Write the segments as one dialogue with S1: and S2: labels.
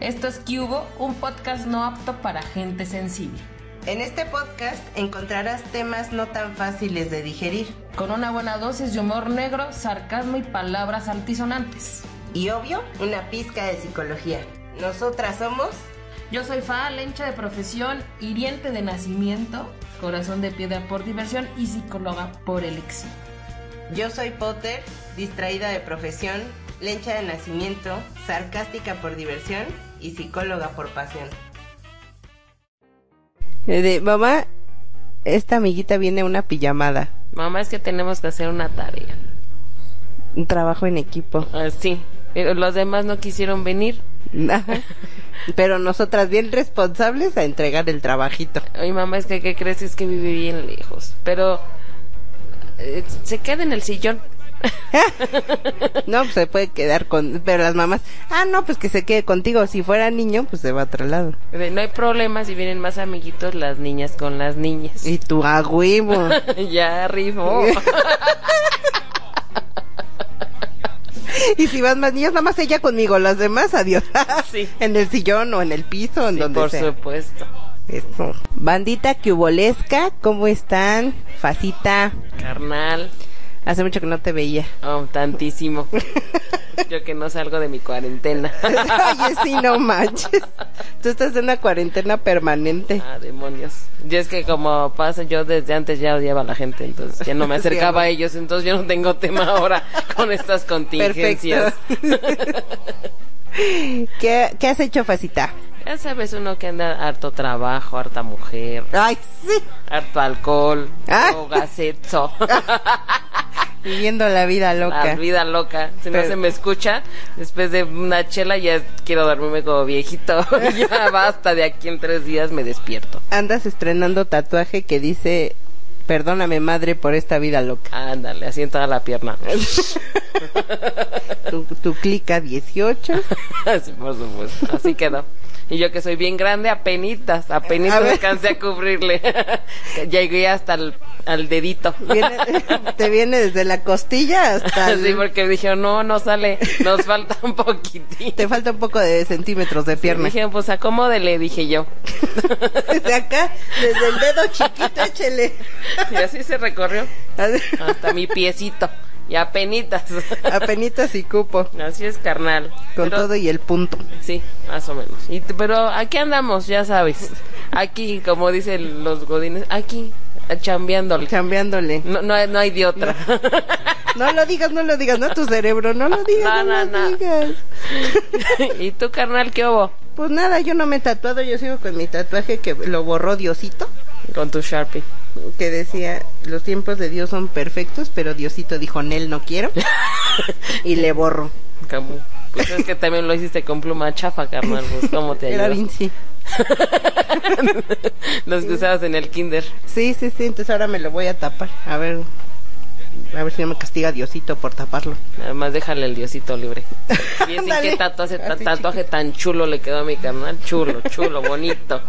S1: Esto es Cubo, un podcast no apto para gente sensible.
S2: En este podcast encontrarás temas no tan fáciles de digerir
S1: Con una buena dosis de humor negro, sarcasmo y palabras altisonantes.
S2: y obvio, una pizca de psicología. Nosotras somos
S1: Yo soy Faal, hincha de profesión, hiriente de nacimiento, corazón de piedra por diversión y psicóloga por elección.
S2: Yo soy Potter, distraída de profesión, lencha de nacimiento, sarcástica por diversión y psicóloga por pasión. Eh, De, mamá, esta amiguita viene a una pijamada,
S1: Mamá, es que tenemos que hacer una tarea.
S2: un trabajo en equipo.
S1: Así. eh, Los demás no quisieron venir.
S2: Ajá. Pero nosotras bien responsables a entregar el trabajito.
S1: Mi mamá es que, ¿qué crees? Es que vive bien lejos. Pero eh, se queda en el sillón.
S2: No, pues se puede quedar con... Pero las mamás, ah, no, pues que se quede contigo. Si fuera niño, pues se va a otro lado.
S1: De, No hay problema si vienen más amiguitos las niñas con las niñas.
S2: Y tú, a huevo.
S1: ya rifó.
S2: y si vas más niñas, nada más ella conmigo. Las demás, adiós.
S1: Sí.
S2: en el sillón o en el piso, en
S1: Sí,
S2: donde
S1: por
S2: sea.
S1: supuesto.
S2: Eso. Bandita cubolesca, ¿cómo están? Facita.
S1: Carnal,
S2: Hace mucho que no te veía.
S1: oh, tantísimo. Yo que no salgo de mi cuarentena.
S2: Oye, sí, no manches. Tú estás en una cuarentena permanente.
S1: Ah, demonios. Yo es que como pasa, yo desde antes ya odiaba a la gente, entonces ya no me
S2: Sí,
S1: acercaba
S2: ¿no?
S1: a ellos, entonces yo no tengo tema ahora con estas contingencias.
S2: ¿Qué, ¿Qué has hecho, Facita?
S1: Ya sabes uno que anda harto trabajo, harta mujer,
S2: Ay, sí.
S1: harto alcohol,
S2: Ah.
S1: drogas, sexo.
S2: Viviendo la vida
S1: La
S2: loca.
S1: vida loca. Si no
S2: Pero-
S1: se me escucha, después de una chela ya quiero dormirme como viejito. ya basta, de aquí en tres días me despierto.
S2: Andas estrenando tatuaje que dice, perdóname madre por esta vida loca.
S1: Ándale, así en toda la pierna.
S2: Tu, tu clica 18.
S1: Sí, por supuesto. Así quedó. Y yo que soy bien grande, apenitas,
S2: A
S1: apenitas
S2: ver.
S1: alcancé a cubrirle. Llegué hasta al, al dedito.
S2: Viene- te viene desde la costilla hasta... el-
S1: Así porque dijeron, no, no sale, nos falta un poquitín.
S2: Te falta un poco de centímetros de pierna.
S1: Dijeron, pues acomódele, dije yo.
S2: Desde acá, desde el dedo chiquito, échele.
S1: Y así se recorrió hasta mi piecito. Y apenitas.
S2: Apenitas y cupo.
S1: Así es, carnal.
S2: Con
S1: Pero-
S2: todo y el punto.
S1: Sí, más o menos. Y, t- pero aquí andamos, ya sabes. Aquí, como dicen los godines, aquí, chambeándole.
S2: Chambeándole.
S1: No, no, hay- no hay de otra.
S2: No lo digas, no lo digas, no tu cerebro, no lo digas, no,
S1: No, no,
S2: lo
S1: no.
S2: digas.
S1: ¿Y tú, carnal, qué hubo?
S2: Pues nada, yo no me he tatuado, yo sigo con mi tatuaje que lo borró Diosito,
S1: Con tu Sharpie.
S2: que decía, los tiempos de Dios son perfectos, pero Diosito dijo, Nel, no quiero, y le borro.
S1: Como- Pues es que también lo hiciste con pluma chafa, carnal. Pues, ¿cómo te
S2: Era
S1: ayudó?
S2: Vinci.
S1: Los que usabas en el kinder.
S2: Sí, sí, sí, entonces ahora me lo voy a tapar, a ver, a ver si no me castiga Diosito por taparlo.
S1: Nada más déjale el diosito libre. Y así
S2: Ándale. Ah,
S1: qué tatuaje, ta-
S2: Así
S1: tatuaje tan chulo le quedó a mi carnal. Chulo, chulo, bonito.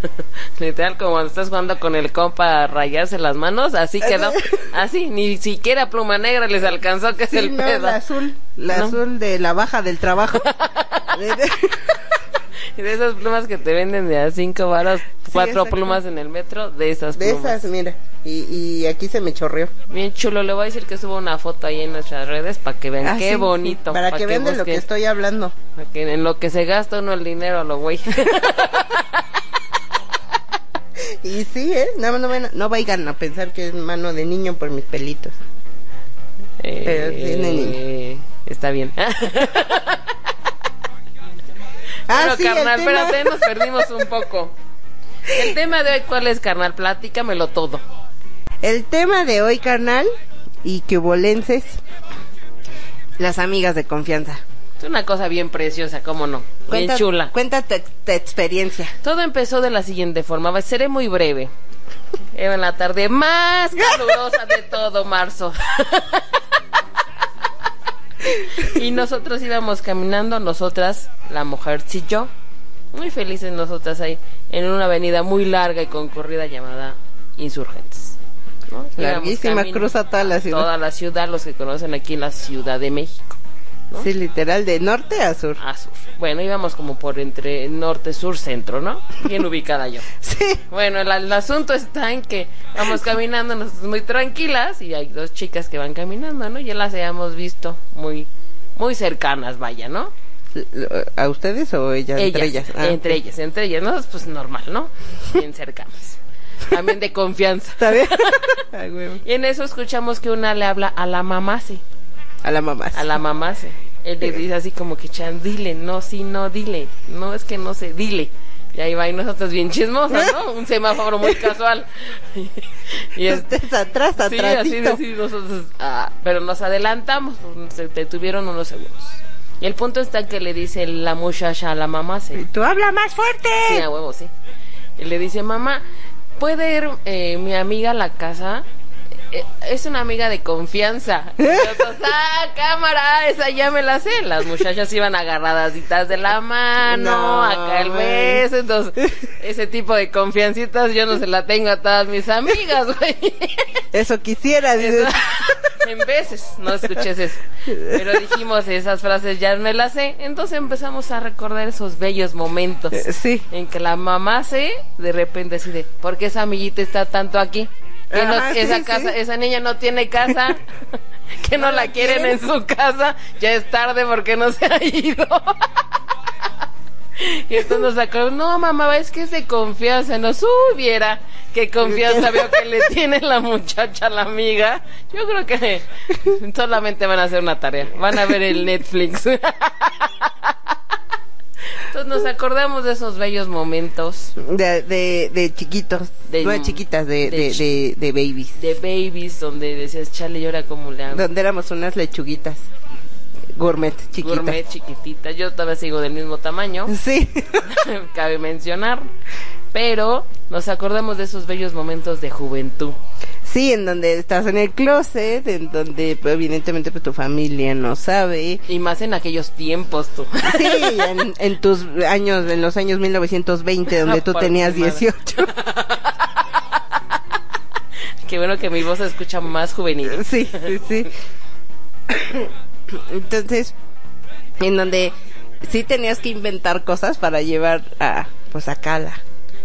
S1: Literal, como cuando estás jugando con el compa a rayarse las manos, así quedó. Así, ni siquiera pluma negra les alcanzó, que es
S2: Sí,
S1: el
S2: no,
S1: pedo.
S2: la azul, la
S1: No.
S2: azul de la baja del trabajo.
S1: Y de esas plumas que te venden de a cinco varas, cuatro
S2: exacto.
S1: plumas en el metro, de esas
S2: De
S1: plumas.
S2: esas, mira, y, y aquí se me chorreó.
S1: Bien chulo, le voy a decir que subo una foto ahí en nuestras redes para que vean
S2: Ah,
S1: qué
S2: sí,
S1: bonito.
S2: Para, que vean de lo que
S1: busquen,
S2: estoy hablando.
S1: pa' que en lo que se gasta uno el dinero, lo güey.
S2: Y sí, ¿eh? No, no, van a- no vayan a pensar que es mano de niño por mis pelitos. Pero tiene niño.
S1: Eh, Está bien.
S2: Ah,
S1: Bueno,
S2: sí, el
S1: carnal,
S2: tema-
S1: espérate, nos perdimos un poco. El tema de hoy, ¿cuál es, carnal? Platícamelo todo.
S2: El tema de hoy, carnal, y cubolenses, las amigas de confianza.
S1: Es una cosa bien preciosa, cómo no.
S2: Cuenta-
S1: bien chula.
S2: Cuéntate tu experiencia.
S1: Todo empezó de la siguiente forma. va- Seré muy breve. Era en la tarde más calurosa de todo marzo. y nosotros íbamos caminando, nosotras, la mujer y yo, muy felices nosotras ahí, en una avenida muy larga y concurrida llamada Insurgentes. ¿no? Íbamos
S2: Larguísima,
S1: camino-
S2: cruza toda la ciudad.
S1: Toda la ciudad, los que conocen aquí la Ciudad de México. ¿no?
S2: Sí, literal, de norte a sur.
S1: a sur. Bueno, íbamos como por entre norte, sur, centro, ¿no? Bien ubicada yo.
S2: Sí.
S1: Bueno, la- el asunto está en que vamos caminando nosotros muy tranquilas y hay dos chicas que van caminando, ¿no? Ya las habíamos visto muy, muy cercanas, vaya, ¿no?
S2: ¿A ustedes o ella? entre ellas? Ah,
S1: entre
S2: ok.
S1: ellas, entre ellas, ¿no? Pues normal, ¿no? Bien cercanas. También de confianza.
S2: Está bien. Ah, güey.
S1: Y en eso escuchamos que una le habla a la mamá, sí.
S2: a la mamá.
S1: A la mamá, sí. Él le dice así como que, Chan, dile, no, sí, no, dile. No, es que no sé, dile. Y ahí va y nosotros bien chismosas, ¿no? Un semáforo muy casual. y es,
S2: Ustedes atrás,
S1: sí, así,
S2: atrásito.
S1: así nosotros, ah, pero nos adelantamos, pues, se detuvieron unos segundos. Y el punto está que le dice la muchacha a la mamá, sí.
S2: Y Tú habla más fuerte.
S1: Sí, a huevo, sí. Y le dice, mamá, ¿puede ir eh, mi amiga a la casa? Eh, Es una amiga de confianza. Y nosotros, ah, cámara, esa ya me la sé. Las muchachas iban agarradasitas de la mano,
S2: No,
S1: acá el
S2: güey.
S1: beso. Entonces, ese tipo de confiancitas yo no se la tengo a todas mis amigas, güey.
S2: Eso quisiera. dices.
S1: en veces no escuches eso. Pero dijimos esas frases, ya me las sé. Entonces empezamos a recordar esos bellos momentos
S2: Eh, Sí.
S1: en que la mamá se de repente así de ¿por qué esa amiguita está tanto aquí? Que no-
S2: Ajá, sí,
S1: esa
S2: sí.
S1: casa, esa niña no tiene casa, que no, la quieren en su casa, ya es tarde porque no se ha ido. Y entonces nos sacó, no mamá, es que es de confianza, nos hubiera qué confianza veo que le tiene la muchacha a la amiga. Yo creo que solamente van a hacer una tarea, van a ver el Netflix. Entonces nos acordamos de esos bellos momentos
S2: De, de, de chiquitos.
S1: De-
S2: no de chiquitas, de,
S1: de
S2: de, de, de babies.
S1: de babies donde decías, chale, ¿y ahora cómo le hago?
S2: Donde éramos unas lechuguitas. Gourmet, chiquitas.
S1: Gourmet, chiquitita. Yo todavía sigo del mismo tamaño,
S2: Sí.
S1: cabe mencionar. Pero nos acordamos de esos bellos momentos de juventud.
S2: Sí, en donde estás en el closet, en donde pues, evidentemente pues, tu familia no sabe.
S1: Y más en aquellos tiempos, tú.
S2: Sí, en, en tus años, en los años 1920, donde tú
S1: Aparte,
S2: tenías
S1: madre.
S2: 18.
S1: Qué bueno que mi voz se escucha más juvenil.
S2: Sí, sí, sí. Entonces, en donde sí tenías que inventar cosas para llevar a, pues a Cala.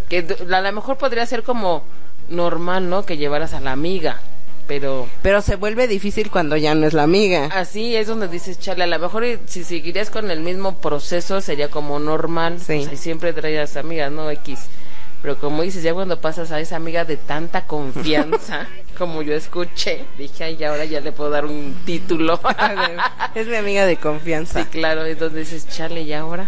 S1: Que d- a lo mejor podría ser como normal, ¿no? Que llevaras a la amiga. Pero
S2: Pero se vuelve difícil cuando ya no es la amiga.
S1: así es donde dices, chale, a lo mejor y- si seguirías con el mismo proceso sería como normal.
S2: Sí.
S1: O sea, y siempre traías amigas, ¿no? X. Pero como dices, ya cuando pasas a esa amiga de tanta confianza, como yo escuché, dije, ay, ahora ya le puedo dar un título.
S2: Es mi amiga de
S1: Sí,
S2: confianza.
S1: claro, y donde dices, chale, ¿y ahora?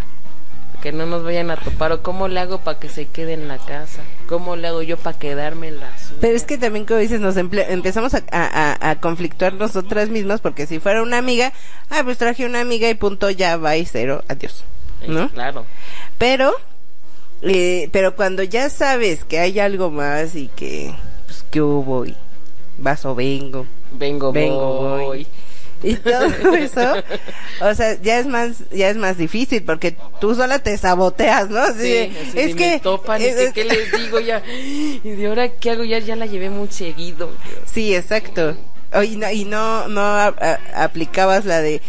S1: Que no nos vayan a topar, o cómo le hago para que se quede en la casa, cómo le hago yo para quedarme en la suya.
S2: Pero es que también, como dices, nos emple- empezamos a, a, a- a conflictuar nosotras mismas, porque si fuera una amiga, ah, pues traje una amiga y punto, ya va y cero, adiós.
S1: Eh,
S2: ¿No?
S1: Claro.
S2: Pero, eh, pero cuando ya sabes que hay algo más y que, pues, que hubo y vas o vengo
S1: Vengo,
S2: Vengo,
S1: voy.
S2: voy. y todo eso, o sea, ya es más, ya es más difícil porque tú sola te saboteas, ¿no? Así
S1: Sí,
S2: de,
S1: así de, me topan, y
S2: es-
S1: que, ¿qué les digo ya? Y de ahora, ¿qué hago? Ya, ya la llevé muy seguido.
S2: Sí, exacto. O- Y no, y no, no a- a- aplicabas la de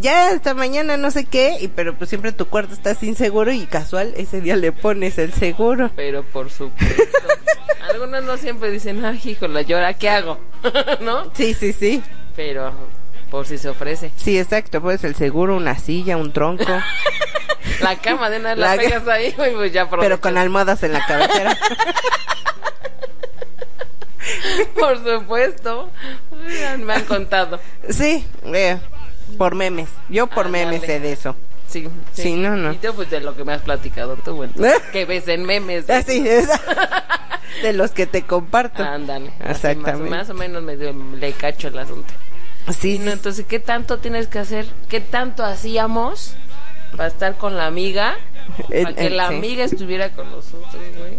S2: ya hasta mañana no sé qué, y pero pues siempre tu cuarto está sin seguro y casual ese día le pones el seguro.
S1: Pero por supuesto. Algunas no siempre dicen, ay, híjole, ¿y ahora qué hago? ¿No?
S2: Sí, sí, sí.
S1: Pero por si se ofrece.
S2: Sí, exacto, pues el seguro, una silla, un tronco,
S1: La cama de una vez la,
S2: La-
S1: pegas ahí, güey, pues ya
S2: pero con
S1: aprovechas.
S2: almohadas en la cabecera.
S1: Por supuesto. Ay, Me han contado.
S2: Sí, eh, por memes. Yo por
S1: Ah,
S2: memes
S1: dale.
S2: sé de eso.
S1: Sí,
S2: Sí, no, no.
S1: Y tú, pues, de lo que me has platicado tú, bueno, que ves en memes.
S2: Así es. De los que te comparto.
S1: Ándale. así
S2: Exactamente.
S1: Más, más o menos medio le cacho el asunto.
S2: Sí,
S1: No, entonces, ¿qué tanto tienes que hacer? ¿Qué tanto hacíamos para estar con la amiga?
S2: En-
S1: Para que
S2: en-
S1: la
S2: Eh, sí.
S1: amiga estuviera con nosotros, güey.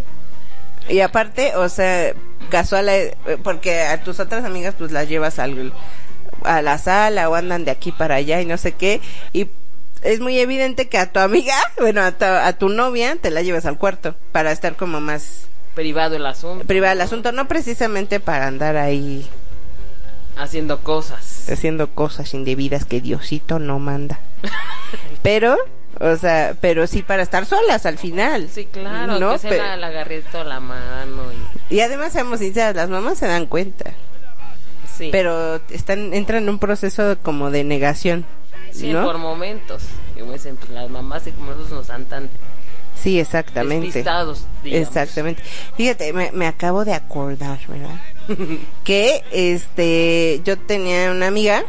S2: Y aparte, o sea, casual, eh, porque a tus otras amigas pues las llevas al, a la sala o andan de aquí para allá y no sé qué. Y es muy evidente que a tu amiga, bueno, a tu, a tu novia te la llevas al cuarto para estar como más
S1: Privado el asunto.
S2: privada del asunto, no precisamente para andar ahí
S1: Haciendo cosas.
S2: haciendo cosas indebidas que Diosito no manda. Pero, o sea, pero sí para estar solas al final.
S1: Sí, claro,
S2: No,
S1: que se
S2: pe-
S1: la, la agarrito a la mano y...
S2: Y además, seamos sinceras, las mamás se dan cuenta.
S1: Sí,
S2: pero están entran en un proceso como de negación
S1: sí
S2: ¿no?
S1: por momentos. Como dicen, pues, las mamás y como nosotros nos andan
S2: sí exactamente
S1: despistados, digamos.
S2: exactamente fíjate me, me acabo de acordar verdad que este yo tenía una amiga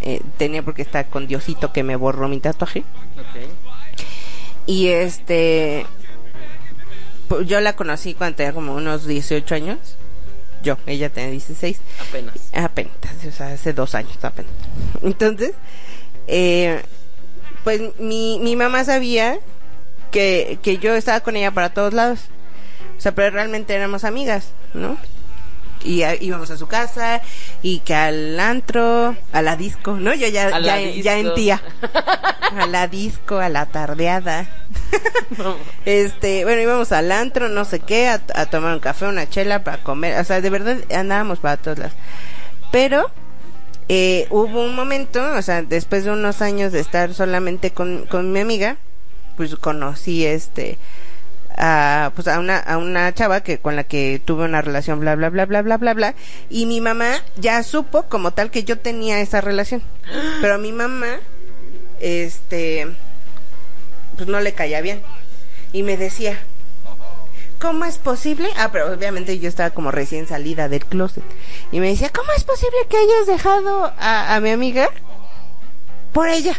S2: eh, tenía porque está con diosito que me borró mi tatuaje
S1: Ok.
S2: y este pu- yo la conocí cuando tenía como unos 18 años yo ella tenía 16
S1: Apenas.
S2: Apenas, o sea, hace dos años apenas. Entonces, eh, pues mi, mi mamá sabía que, que yo estaba con ella para todos lados. O sea, pero realmente éramos amigas, ¿no? Y a- íbamos a su casa y que al antro, a la disco, ¿no? Yo ya,
S1: A la
S2: ya, ya en
S1: disco.
S2: tía. A la disco, a la tardeada. Este, bueno, íbamos al antro, no sé qué, a, a tomar un café, una chela para comer. O sea, de verdad andábamos para todos lados. Pero eh, hubo un momento, o sea, después de unos años de estar solamente con, con mi amiga, pues conocí este a pues a una a una chava que con la que tuve una relación bla bla bla bla bla bla bla y mi mamá ya supo como tal que yo tenía esa relación. Pero a mi mamá este pues no le caía bien y me decía, ¿cómo es posible? Ah, pero obviamente yo estaba como recién salida del closet. Y me decía, ¿cómo es posible que hayas dejado a, a mi amiga por ella?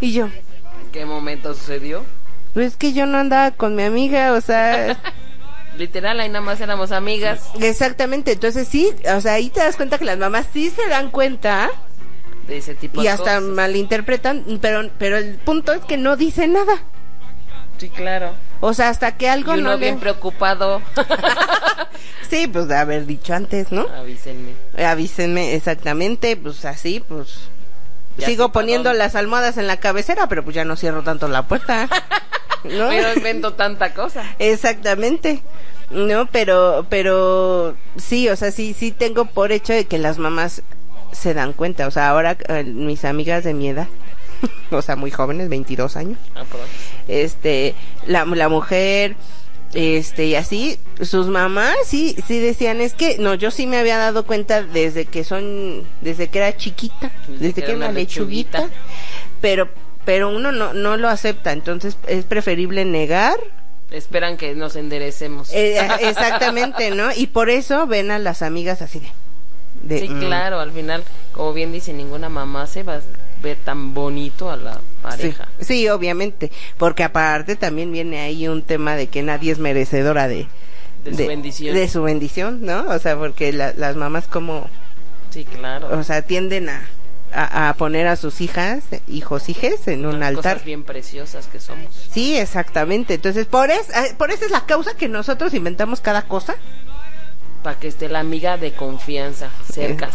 S2: Y yo,
S1: ¿En qué momento sucedió?
S2: pues es que yo no andaba con mi amiga, o sea,
S1: Literal, ahí nada más éramos amigas
S2: exactamente. Entonces sí, o sea, ahí te das cuenta que las mamás sí se dan cuenta
S1: de ese tipo
S2: y
S1: de
S2: hasta
S1: Pues cosas.
S2: malinterpretan, pero, pero el punto es que no dicen nada.
S1: Sí, claro.
S2: O sea, hasta que
S1: Y
S2: algo
S1: uno
S2: no le...
S1: bien preocupado.
S2: Sí, pues de haber dicho antes, ¿no?
S1: Avísenme.
S2: Eh, avísenme exactamente, pues así, pues
S1: Ya sé
S2: sigo
S1: para
S2: poniendo
S1: dónde.
S2: las almohadas en la cabecera, pero pues ya no cierro tanto la puerta. ¿No?
S1: Pero invento tanta cosa.
S2: Exactamente. No, pero pero sí, o sea, sí sí tengo por hecho de que las mamás se dan cuenta, o sea, ahora eh, mis amigas de mi edad, o sea, muy jóvenes, 22 años,
S1: Ah, perdón.
S2: este la, la mujer este y así sus mamás sí sí decían es que no yo sí me había dado cuenta desde que son desde que era chiquita desde, que, era una lechuguita, pero pero uno no no lo acepta entonces es preferible negar
S1: Esperan que nos enderecemos.
S2: eh, exactamente no y por eso ven a las amigas así de, de,
S1: sí,
S2: mm,
S1: claro, al final, como bien dice, ninguna mamá se va a ver tan bonito a la
S2: Sí,
S1: pareja.
S2: sí, obviamente, porque aparte también viene ahí un tema de que nadie es merecedora de,
S1: De su bendición.
S2: de su bendición, ¿no? O sea, porque la- las mamás como,
S1: Sí, claro.
S2: o sea, tienden a, a, a poner a sus hijas, hijos, hijes en un
S1: Unas
S2: altar.
S1: Cosas bien preciosas que somos.
S2: Sí, exactamente. Entonces, por es, ah, por esa es la causa que nosotros inventamos cada cosa.
S1: Para que esté la amiga de confianza, cercas,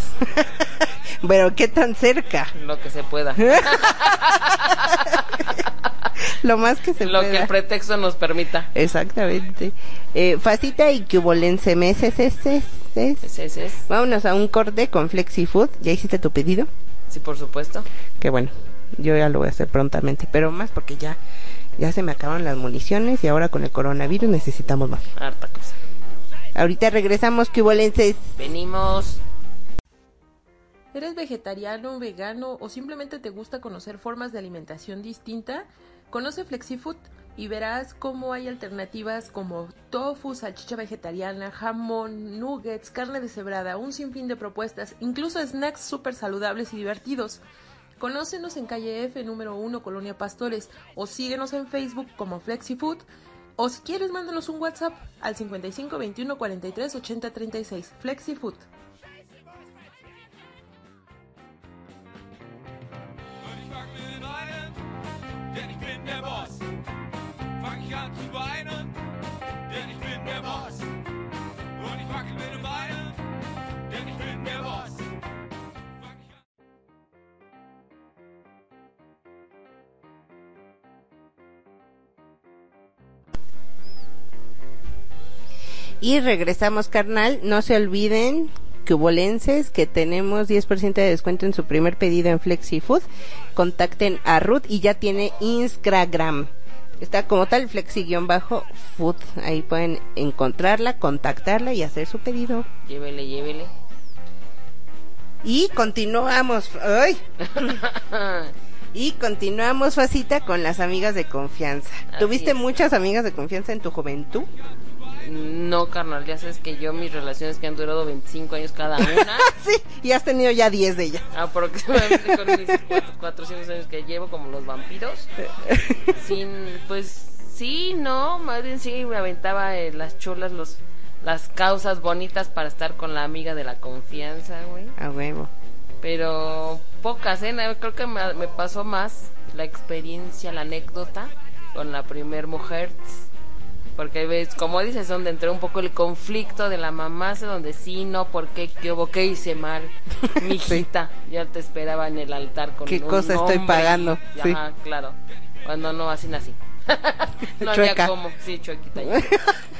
S2: Pero qué tan cerca,
S1: lo que se pueda.
S2: lo más que se
S1: lo que
S2: pueda.
S1: el pretexto nos permita.
S2: Exactamente. Eh, facita y cubolense meses,
S1: Es, es, es.
S2: Vámonos a un corte con Flexi Food. ¿Ya hiciste tu pedido?
S1: Sí, por supuesto.
S2: Que bueno, yo ya lo voy a hacer prontamente, pero más porque ya ya se me acabaron las municiones y ahora con el coronavirus necesitamos más.
S1: Harta cosa.
S2: Ahorita regresamos, cubolenses.
S1: Venimos.
S3: ¿Eres vegetariano, vegano o simplemente te gusta conocer formas de alimentación distinta? Conoce FlexiFood y verás cómo hay alternativas como tofu, salchicha vegetariana, jamón, nuggets, carne deshebrada, un sinfín de propuestas, incluso snacks súper saludables y divertidos. Conócenos en calle F número 1 Colonia Pastores o síguenos en Facebook como FlexiFood o si quieres mándanos un WhatsApp al 55 21 43 80 36 FlexiFood.
S2: Y regresamos, carnal. No se olviden cubolenses que tenemos 10% de descuento en su primer pedido en FlexiFood. Contacten a Ruth y ya tiene Instagram. Está como tal flexi-food. Ahí pueden encontrarla, contactarla y hacer su pedido.
S1: Llévele, llévele.
S2: Y continuamos. ¡Ay! Y continuamos, Facita, con las amigas de confianza.
S1: Así
S2: ¿Tuviste
S1: es.
S2: muchas amigas de confianza en tu juventud?
S1: No, carnal, ya sabes que yo mis relaciones que han durado 25 años cada una,
S2: sí, y has tenido ya 10 de ellas.
S1: aproximadamente con mis cuatro- 400 años que llevo como los vampiros, sin, pues sí, no, más bien sí me aventaba eh, las chulas, los, las causas bonitas para estar con la amiga de la confianza, güey.
S2: A huevo.
S1: Pero pocas, ¿eh? Na- Creo que me, me pasó más la experiencia, la anécdota con la primer mujer. Porque ves, como dices, donde entró un poco el conflicto de la mamá, sé donde sí, no, por qué, qué hubo, qué hice mal, mi hijita, ya te esperaba en el altar con
S2: ¿Qué
S1: un
S2: cosa estoy
S1: hombre
S2: pagando?
S1: y-
S2: Sí.
S1: Ajá, claro. Cuando no, así nací. no
S2: Chueca.
S1: había cómo, sí, chuequita yo.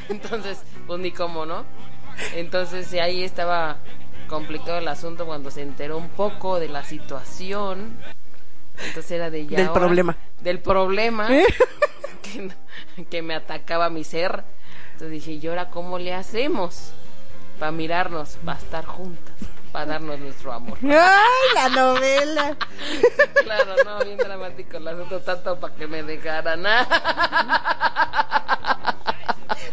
S1: Entonces, pues ni cómo, ¿no? Entonces sí, ahí estaba complicado el asunto cuando se enteró un poco de la situación. Entonces era de ya.
S2: Del problema. ¿Eh?
S1: Del problema que, no- que me atacaba mi ser. Entonces dije, ¿y ahora cómo le hacemos? Para mirarnos, para estar juntas, para darnos nuestro amor.
S2: ¡Ay, la novela!
S1: Claro, no, bien dramático el asunto, tanto para que me dejaran.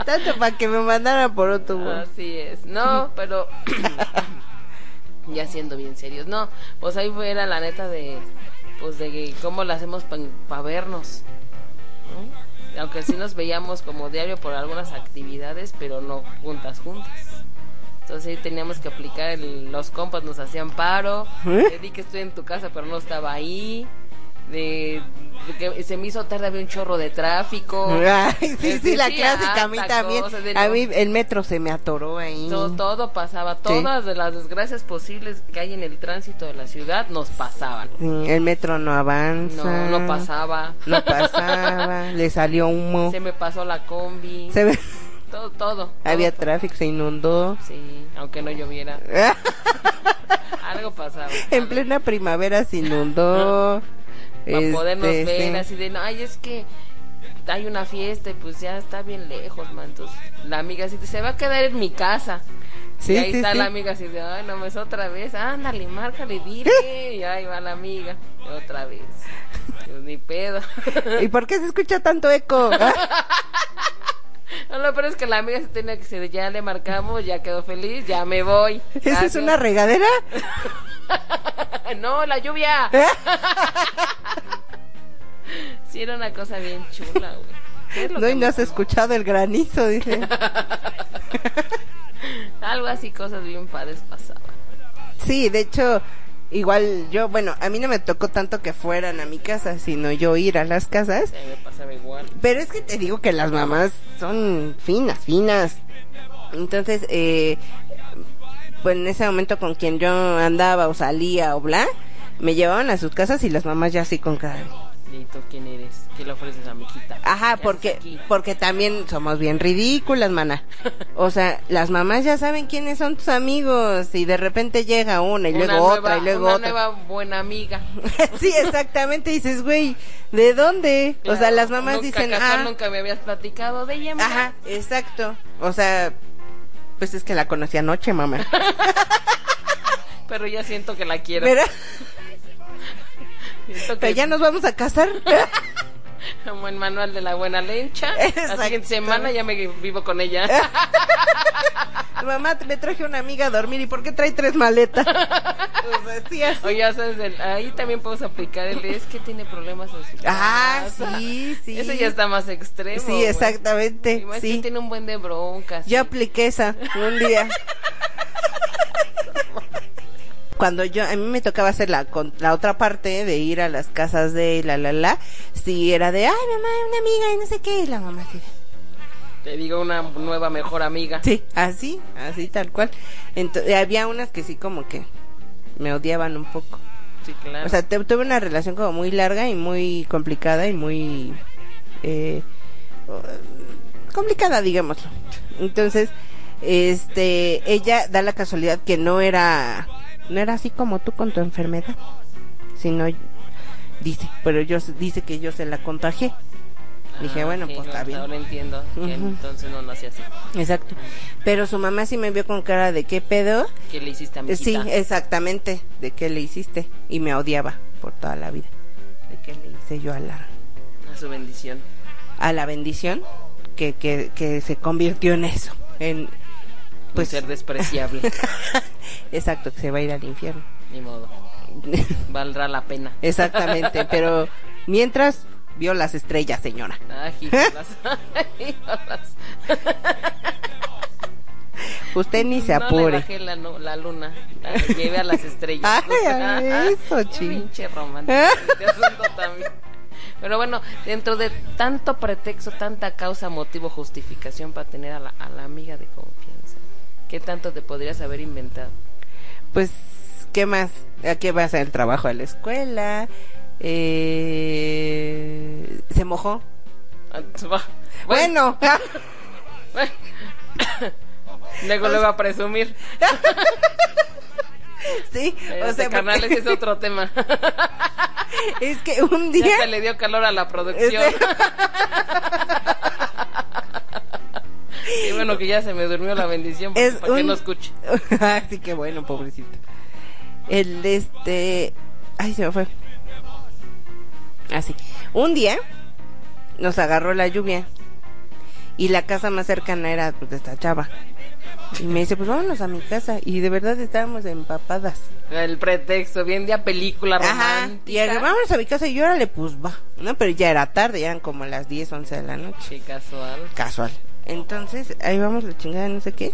S2: Tanto para que me mandaran por
S1: Ah,
S2: otro. güey.
S1: Así es. No, pero ya siendo bien serios. No, pues ahí fue era la neta de pues de que cómo la hacemos para vernos. ¿no? Aunque sí nos veíamos como diario por algunas actividades, pero no juntas juntas. Entonces ahí teníamos que aplicar el- los compas nos hacían paro.
S2: ¿Eh?
S1: Le di que estoy en tu casa, pero no estaba ahí. De, de que se me hizo tarde había un chorro de tráfico.
S2: Ay, sí,
S1: Es
S2: sí, la
S1: decir,
S2: clásica, a mí
S1: harta
S2: también.
S1: cosa, de
S2: A
S1: no-
S2: mí el metro se me atoró ahí.
S1: todo, todo pasaba, todas de las desgracias posibles que hay en el tránsito de la ciudad nos pasaban.
S2: Sí, El metro no avanza.
S1: No, no pasaba.
S2: No pasaba. le salió humo.
S1: Se me pasó la combi.
S2: Se ve-
S1: Todo, todo. todo.
S2: Había tráfico, se inundó.
S1: Sí, aunque no lloviera. Algo pasaba.
S2: En plena primavera se inundó.
S1: Para podernos
S2: Este,
S1: ver
S2: sí.
S1: así de, no, ay, es que hay una fiesta y pues ya está bien lejos, man. Entonces, la amiga así de, se va a quedar en mi casa.
S2: Sí,
S1: y ahí
S2: sí,
S1: está
S2: sí.
S1: la amiga así de, ay, no, es otra vez, ándale, márcale, dile. Y ahí va la amiga, otra vez. Pues, ni pedo.
S2: ¿Y por qué se escucha tanto eco? Ah,
S1: No, lo peor es que la amiga se tenía que decir, ya le marcamos, ya quedó feliz, ya me voy.
S2: ¿Esa es
S1: Gracias.
S2: una regadera?
S1: no, la lluvia.
S2: ¿Eh?
S1: sí, era una cosa bien chula, güey. ¿Qué es lo
S2: No,
S1: que
S2: y no
S1: me-
S2: has escuchado el granizo, dice.
S1: Algo así, cosas bien padres pasaban.
S2: Sí, de hecho, igual yo, bueno, a mí no me tocó tanto que fueran a mi casa, sino yo ir a las casas.
S1: Sí, me pasaba igual.
S2: Pero es que te digo que las mamás son finas, finas. Entonces, eh, pues en ese momento con quien yo andaba o salía o bla, me llevaban a sus casas y las mamás ya así con cara. de,
S1: ¿Y tú quién eres? ¿Qué le ofreces a mi hijita? ¿Qué
S2: Ajá,
S1: haces
S2: porque
S1: aquí?
S2: porque también somos bien ridículas, mana. O sea, las mamás ya saben quiénes son tus amigos y de repente llega una y
S1: Una
S2: luego otra
S1: nueva-
S2: y luego
S1: una
S2: otra.
S1: nueva buena amiga.
S2: sí, exactamente, dices, güey, ¿de dónde? o sea,
S1: Claro,
S2: las mamás
S1: nunca,
S2: dicen,
S1: Cazón,
S2: ah,
S1: nunca me habías platicado de ella, mira.
S2: ajá, exacto. O sea, pues es que la conocí anoche, mamá.
S1: Pero ya siento que la quiero.
S2: Pero,
S1: Siento
S2: pero
S1: que
S2: ya nos vamos a casar.
S1: como el manual de la buena lencha. La
S2: Exacto.
S1: siguiente semana ya me vivo con ella.
S2: mamá, me traje una amiga a dormir y ¿por qué trae tres maletas? o sea, sí, así.
S1: Oye, ya sabes, el- ahí también podemos aplicar el es que tiene problemas en su
S2: Ah,
S1: casa.
S2: sí, sí.
S1: Eso ya está más extremo.
S2: Sí,
S1: güey. Y
S2: exactamente.
S1: más que
S2: Sí.
S1: tiene un buen de broncas.
S2: Yo apliqué esa un día. Cuando yo, a mí me tocaba hacer la, con- la otra parte de ir a las casas de la la la, si era de, ay mamá, una amiga y no sé qué, y la mamá así,
S1: Te digo una nueva mejor amiga.
S2: sí, así, así tal cual. Entonces, había unas que sí como que me odiaban un poco.
S1: Sí, claro.
S2: O sea, te- tuve una relación como muy larga y muy complicada y muy eh, eh, complicada, digámoslo. Entonces, Este, ella da la casualidad que no era, no era así como tú con tu enfermedad, sino dice, pero yo dice que yo se la contagié. Dije,
S1: Ah,
S2: bueno,
S1: ok,
S2: pues está
S1: ahora-
S2: bien.
S1: Ahora entiendo que
S2: Ujú.
S1: entonces no nací así.
S2: Exacto. Pero su mamá sí me vio con cara de qué pedo.
S1: ¿Qué le hiciste a mi
S2: Eh, Sí, exactamente, de qué le hiciste. Y me odiaba por toda la vida. De qué le hice yo a la,
S1: A su bendición.
S2: a la bendición que, que, que se convirtió en eso. En,
S1: Pues
S2: pues,
S1: ser despreciable.
S2: exacto, que se va a ir al infierno.
S1: Ni modo. Valdrá la pena.
S2: Exactamente, pero mientras vio las estrellas, señora.
S1: Ay, híjolas. Híjolas.
S2: Usted ni se
S1: No le
S2: apure.
S1: bajé la, nu- la luna. La llevé a las estrellas.
S2: Ay, a eso,
S1: Qué
S2: chi.
S1: Pinche romántico. este asunto también. Pero bueno, dentro de tanto pretexto, tanta causa, motivo, justificación para tener a la, a la amiga de confianza. ¿Qué tanto te podrías haber inventado?
S2: Pues, ¿qué más? ¿A qué vas? ¿El trabajo a la escuela? Eh, ¿Se mojó?
S1: Ah, va.
S2: Bueno,
S1: Luego le va a presumir.
S2: sí, o sea,
S1: Ese canal
S2: porque-
S1: este ese es otro tema.
S2: es que un
S1: ya
S2: día
S1: se le dio calor a la
S2: Este-
S1: producción. y bueno que ya se me durmió la bendición porque
S2: es
S1: para que
S2: un-
S1: no escuche.
S2: Así que bueno, pobrecito. El este, ay, se me fue. Así. Un día nos agarró la lluvia y la casa más cercana era pues, de esta chava. Y me dice, pues vámonos a mi casa. Y de verdad estábamos empapadas.
S1: El pretexto, bien de a película
S2: Ajá. Y
S1: romántica.
S2: el, vámonos a mi casa. Y yo, órale, pues va. No, pero ya era tarde, ya eran como las 10, 11 de la noche.
S1: Qué casual.
S2: casual. Entonces, ahí vamos la chingada, no sé qué.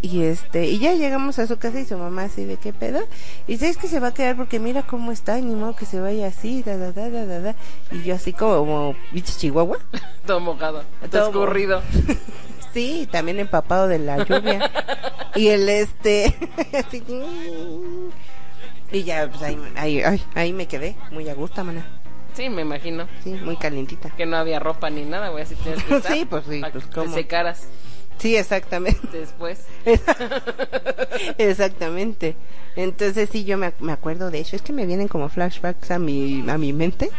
S2: Y este, y ya llegamos a su casa y su mamá así de qué pedo. Y sabes que se va a quedar porque mira cómo está, y ni modo que se vaya así, da, da, da, da, da, da. Y yo así como, como bicho chihuahua.
S1: Todo mojado, todo
S2: Todo
S1: escurrido.
S2: Sí, también empapado de la lluvia. y el este, así, y ya, pues ahí, ahí, ay, ahí me quedé, muy a gusto, maná.
S1: Sí, me imagino.
S2: Sí, muy calientita.
S1: Que no había ropa ni nada, güey, así tienes que estar
S2: Sí, pues sí,
S1: para
S2: pues,
S1: que te
S2: ¿cómo?
S1: secaras
S2: Sí, exactamente.
S1: después.
S2: Exactamente. Entonces sí, yo me, ac- me acuerdo de eso. Es que me vienen como flashbacks a mi, a mi mente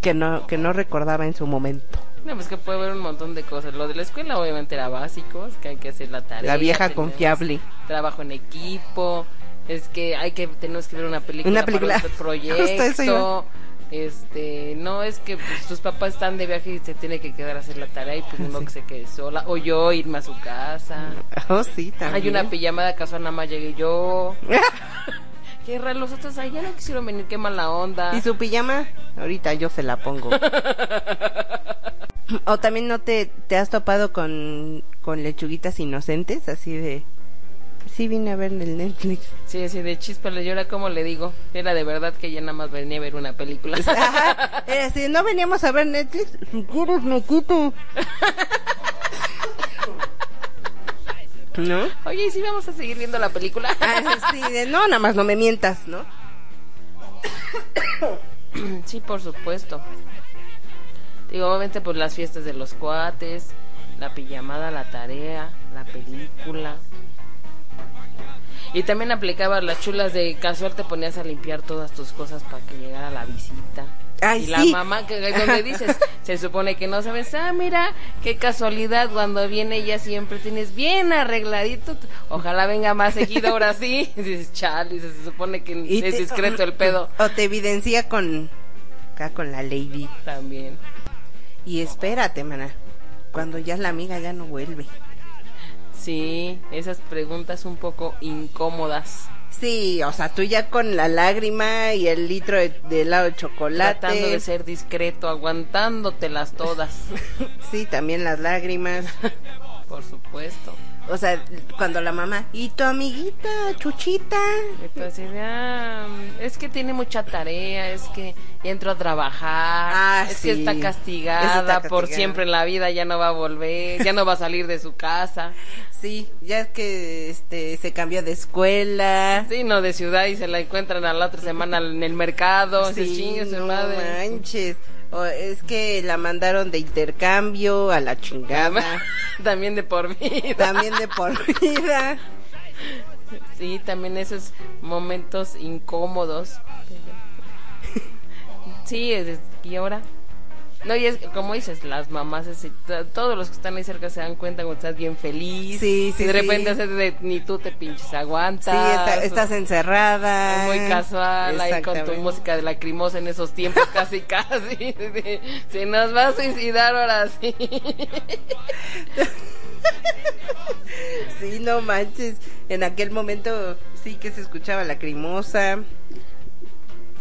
S2: que no, que no recordaba en su momento.
S1: No, pues que puede haber un montón de cosas. Lo de la escuela obviamente era básico, es que hay que hacer la tarea.
S2: La vieja
S1: tenemos
S2: confiable.
S1: Trabajo en equipo, es que hay que tenemos que ver una película,
S2: Una película.
S1: para otro
S2: Justo eso
S1: proyecto.
S2: iba.
S1: Este, no es que pues, tus papás están de viaje y se tiene que quedar a hacer la tarea y
S2: Ah,
S1: pues ni modo que se quede sola. O yo irme a su casa.
S2: Oh, sí, también.
S1: Hay una pijamada casual, nada más llegué yo. Qué raro, los otros ahí ya no quisieron venir, qué mala onda.
S2: ¿Y su pijama? Ahorita yo se la pongo. o también no te, te has topado con, con lechuguitas inocentes, así de... Sí, vine a ver en el Netflix.
S1: Sí, sí, de chispa, le llora, ¿cómo le digo? Era de verdad que ya nada más venía a ver una película.
S2: Ajá, era así, no veníamos a ver Netflix. Si quieres, me quito. ¿No?
S1: Oye, ¿y si vamos a seguir viendo la película?
S2: Así Ah, de, no, nada más no me mientas, ¿no?
S1: sí, por supuesto. Digo, obviamente, pues las fiestas de los cuates, la pijamada, la tarea, la película. Y también aplicaba las chulas de casual, te ponías a limpiar todas tus cosas para que llegara la visita.
S2: Ay,
S1: y la
S2: sí.
S1: mamá, que donde dices, se supone que no sabes, ah, mira, qué casualidad, cuando viene ella siempre tienes bien arregladito, tu- ojalá venga más seguido ahora sí. Y dices, chale, se supone que es
S2: te-
S1: discreto el pedo.
S2: O te evidencia con. Acá con la lady.
S1: También.
S2: Y espérate, maná. Cuando ya la amiga ya no vuelve.
S1: Sí, esas preguntas un poco incómodas.
S2: Sí, o sea, tú ya con la lágrima y el litro de, de helado de chocolate.
S1: Tratando de ser discreto, aguantándotelas todas.
S2: Sí, también las lágrimas.
S1: Por supuesto.
S2: O sea, cuando la mamá. ¿Y tu amiguita, Chuchita?
S1: Entonces, ah, es que tiene mucha tarea, es que entro a trabajar,
S2: Ah,
S1: es
S2: sí.
S1: que está castigada,
S2: Eso está
S1: por
S2: castigada.
S1: siempre en la vida, ya no va a volver, ya no va a salir de su casa,
S2: Sí, ya es que este, se cambió de escuela.
S1: sí, no de ciudad y se la encuentran a la otra semana en el mercado, dices, "Chingue su
S2: no
S1: madre".
S2: manches. O es que la mandaron de intercambio a la chingada.
S1: También de por vida.
S2: También de por vida.
S1: Sí, también esos momentos incómodos. Sí, es- es- y ahora. No, y es como dices, las mamás, es- to- todos los que están ahí cerca se dan cuenta cuando estás bien feliz.
S2: Sí, sí,
S1: y de
S2: sí.
S1: repente haces de- ni tú te pinches
S2: Sí,
S1: aguantas.
S2: está- estás encerrada.
S1: Muy casual, ahí con tu
S2: Exactamente.
S1: música de lacrimosa en esos tiempos, casi, casi. Se nos va a suicidar ahora sí.
S2: Sí, no manches. En aquel momento sí que se escuchaba lacrimosa.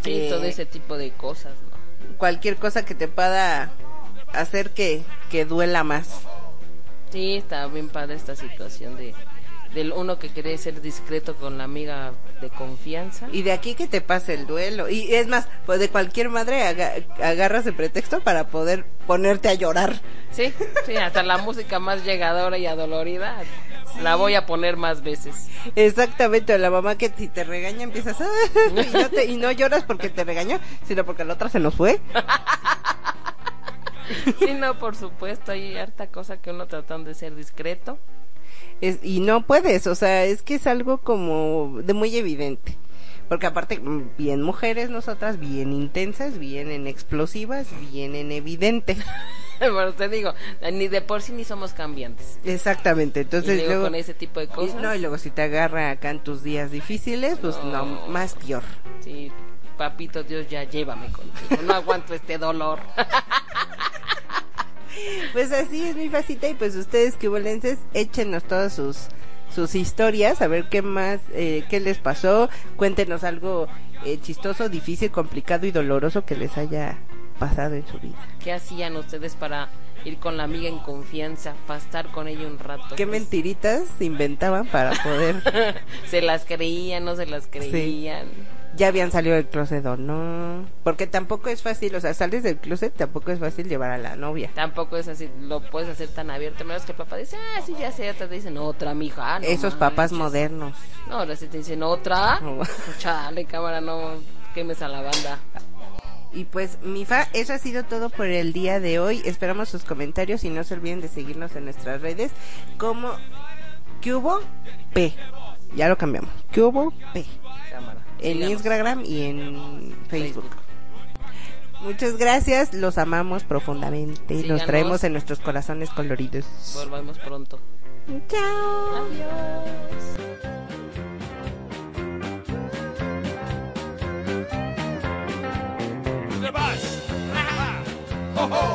S1: Sí,
S2: Eh,
S1: todo ese tipo de cosas, ¿no?
S2: Cualquier cosa que te pueda hacer que, que duela más.
S1: Sí, está bien padre esta situación de del uno que quiere ser discreto con la amiga de confianza.
S2: Y de aquí que te pase el duelo. Y es más, pues de cualquier madre aga- agarras el pretexto para poder ponerte a llorar.
S1: Sí, sí, hasta la música más llegadora y adolorida la voy a poner más veces.
S2: Exactamente, o la mamá que si te regaña empiezas "Ah", y, no te- y no lloras porque te regañó, sino porque la otra se nos fue.
S1: Sí, no, por supuesto, hay harta cosa que uno tratando de ser discreto.
S2: Es- y no puedes, o sea, es que es algo como de muy evidente. Porque aparte, mm, bien mujeres nosotras, bien intensas, bien en explosivas, bien en evidente.
S1: Pero te digo, ni de por sí ni somos cambiantes.
S2: Exactamente, entonces
S1: y luego,
S2: luego...
S1: con ese tipo de
S2: y-
S1: cosas.
S2: no, y luego si te agarra acá en tus días difíciles, pues no,
S1: No.
S2: más peor.
S1: Sí, papito Dios, ya llévame contigo. No aguanto este dolor.
S2: Pues así es mi facita y pues ustedes cubolenses échenos todas sus sus historias, a ver qué más, eh, qué les pasó, cuéntenos algo eh, chistoso, difícil, complicado y doloroso que les haya pasado en su vida.
S1: ¿Qué hacían ustedes para ir con la amiga en confianza, para estar con ella un rato?
S2: ¿Qué
S1: Pues,
S2: mentiritas inventaban para poder?
S1: se las creían, no se las creían.
S2: ya habían salido del closet o no, porque tampoco es fácil, o sea, sales del closet, tampoco es fácil llevar a la novia.
S1: Tampoco es así, lo puedes hacer tan abierto, a menos que el papá dice, ah, sí, ya sé, te dicen otra, mija. ah, no
S2: Esos papás
S1: manches".
S2: modernos.
S1: No, ahora sí te dicen otra.
S2: No.
S1: Chale, cámara, no quemes a la banda.
S2: Y pues, mi fa, eso ha sido todo por el día de hoy. Esperamos sus comentarios y no se olviden de seguirnos en nuestras redes como Cubo P. Ya lo cambiamos. Cubo P.
S1: Cámara.
S2: En
S1: Síganos.
S2: Instagram y en Facebook.
S1: Facebook.
S2: Muchas gracias, los amamos profundamente y los
S1: Síganos.
S2: traemos en nuestros corazones coloridos.
S1: Volvamos pronto.
S2: Chao.
S1: Adiós.
S4: the bus. Ha, ha, ha. Ho, ho.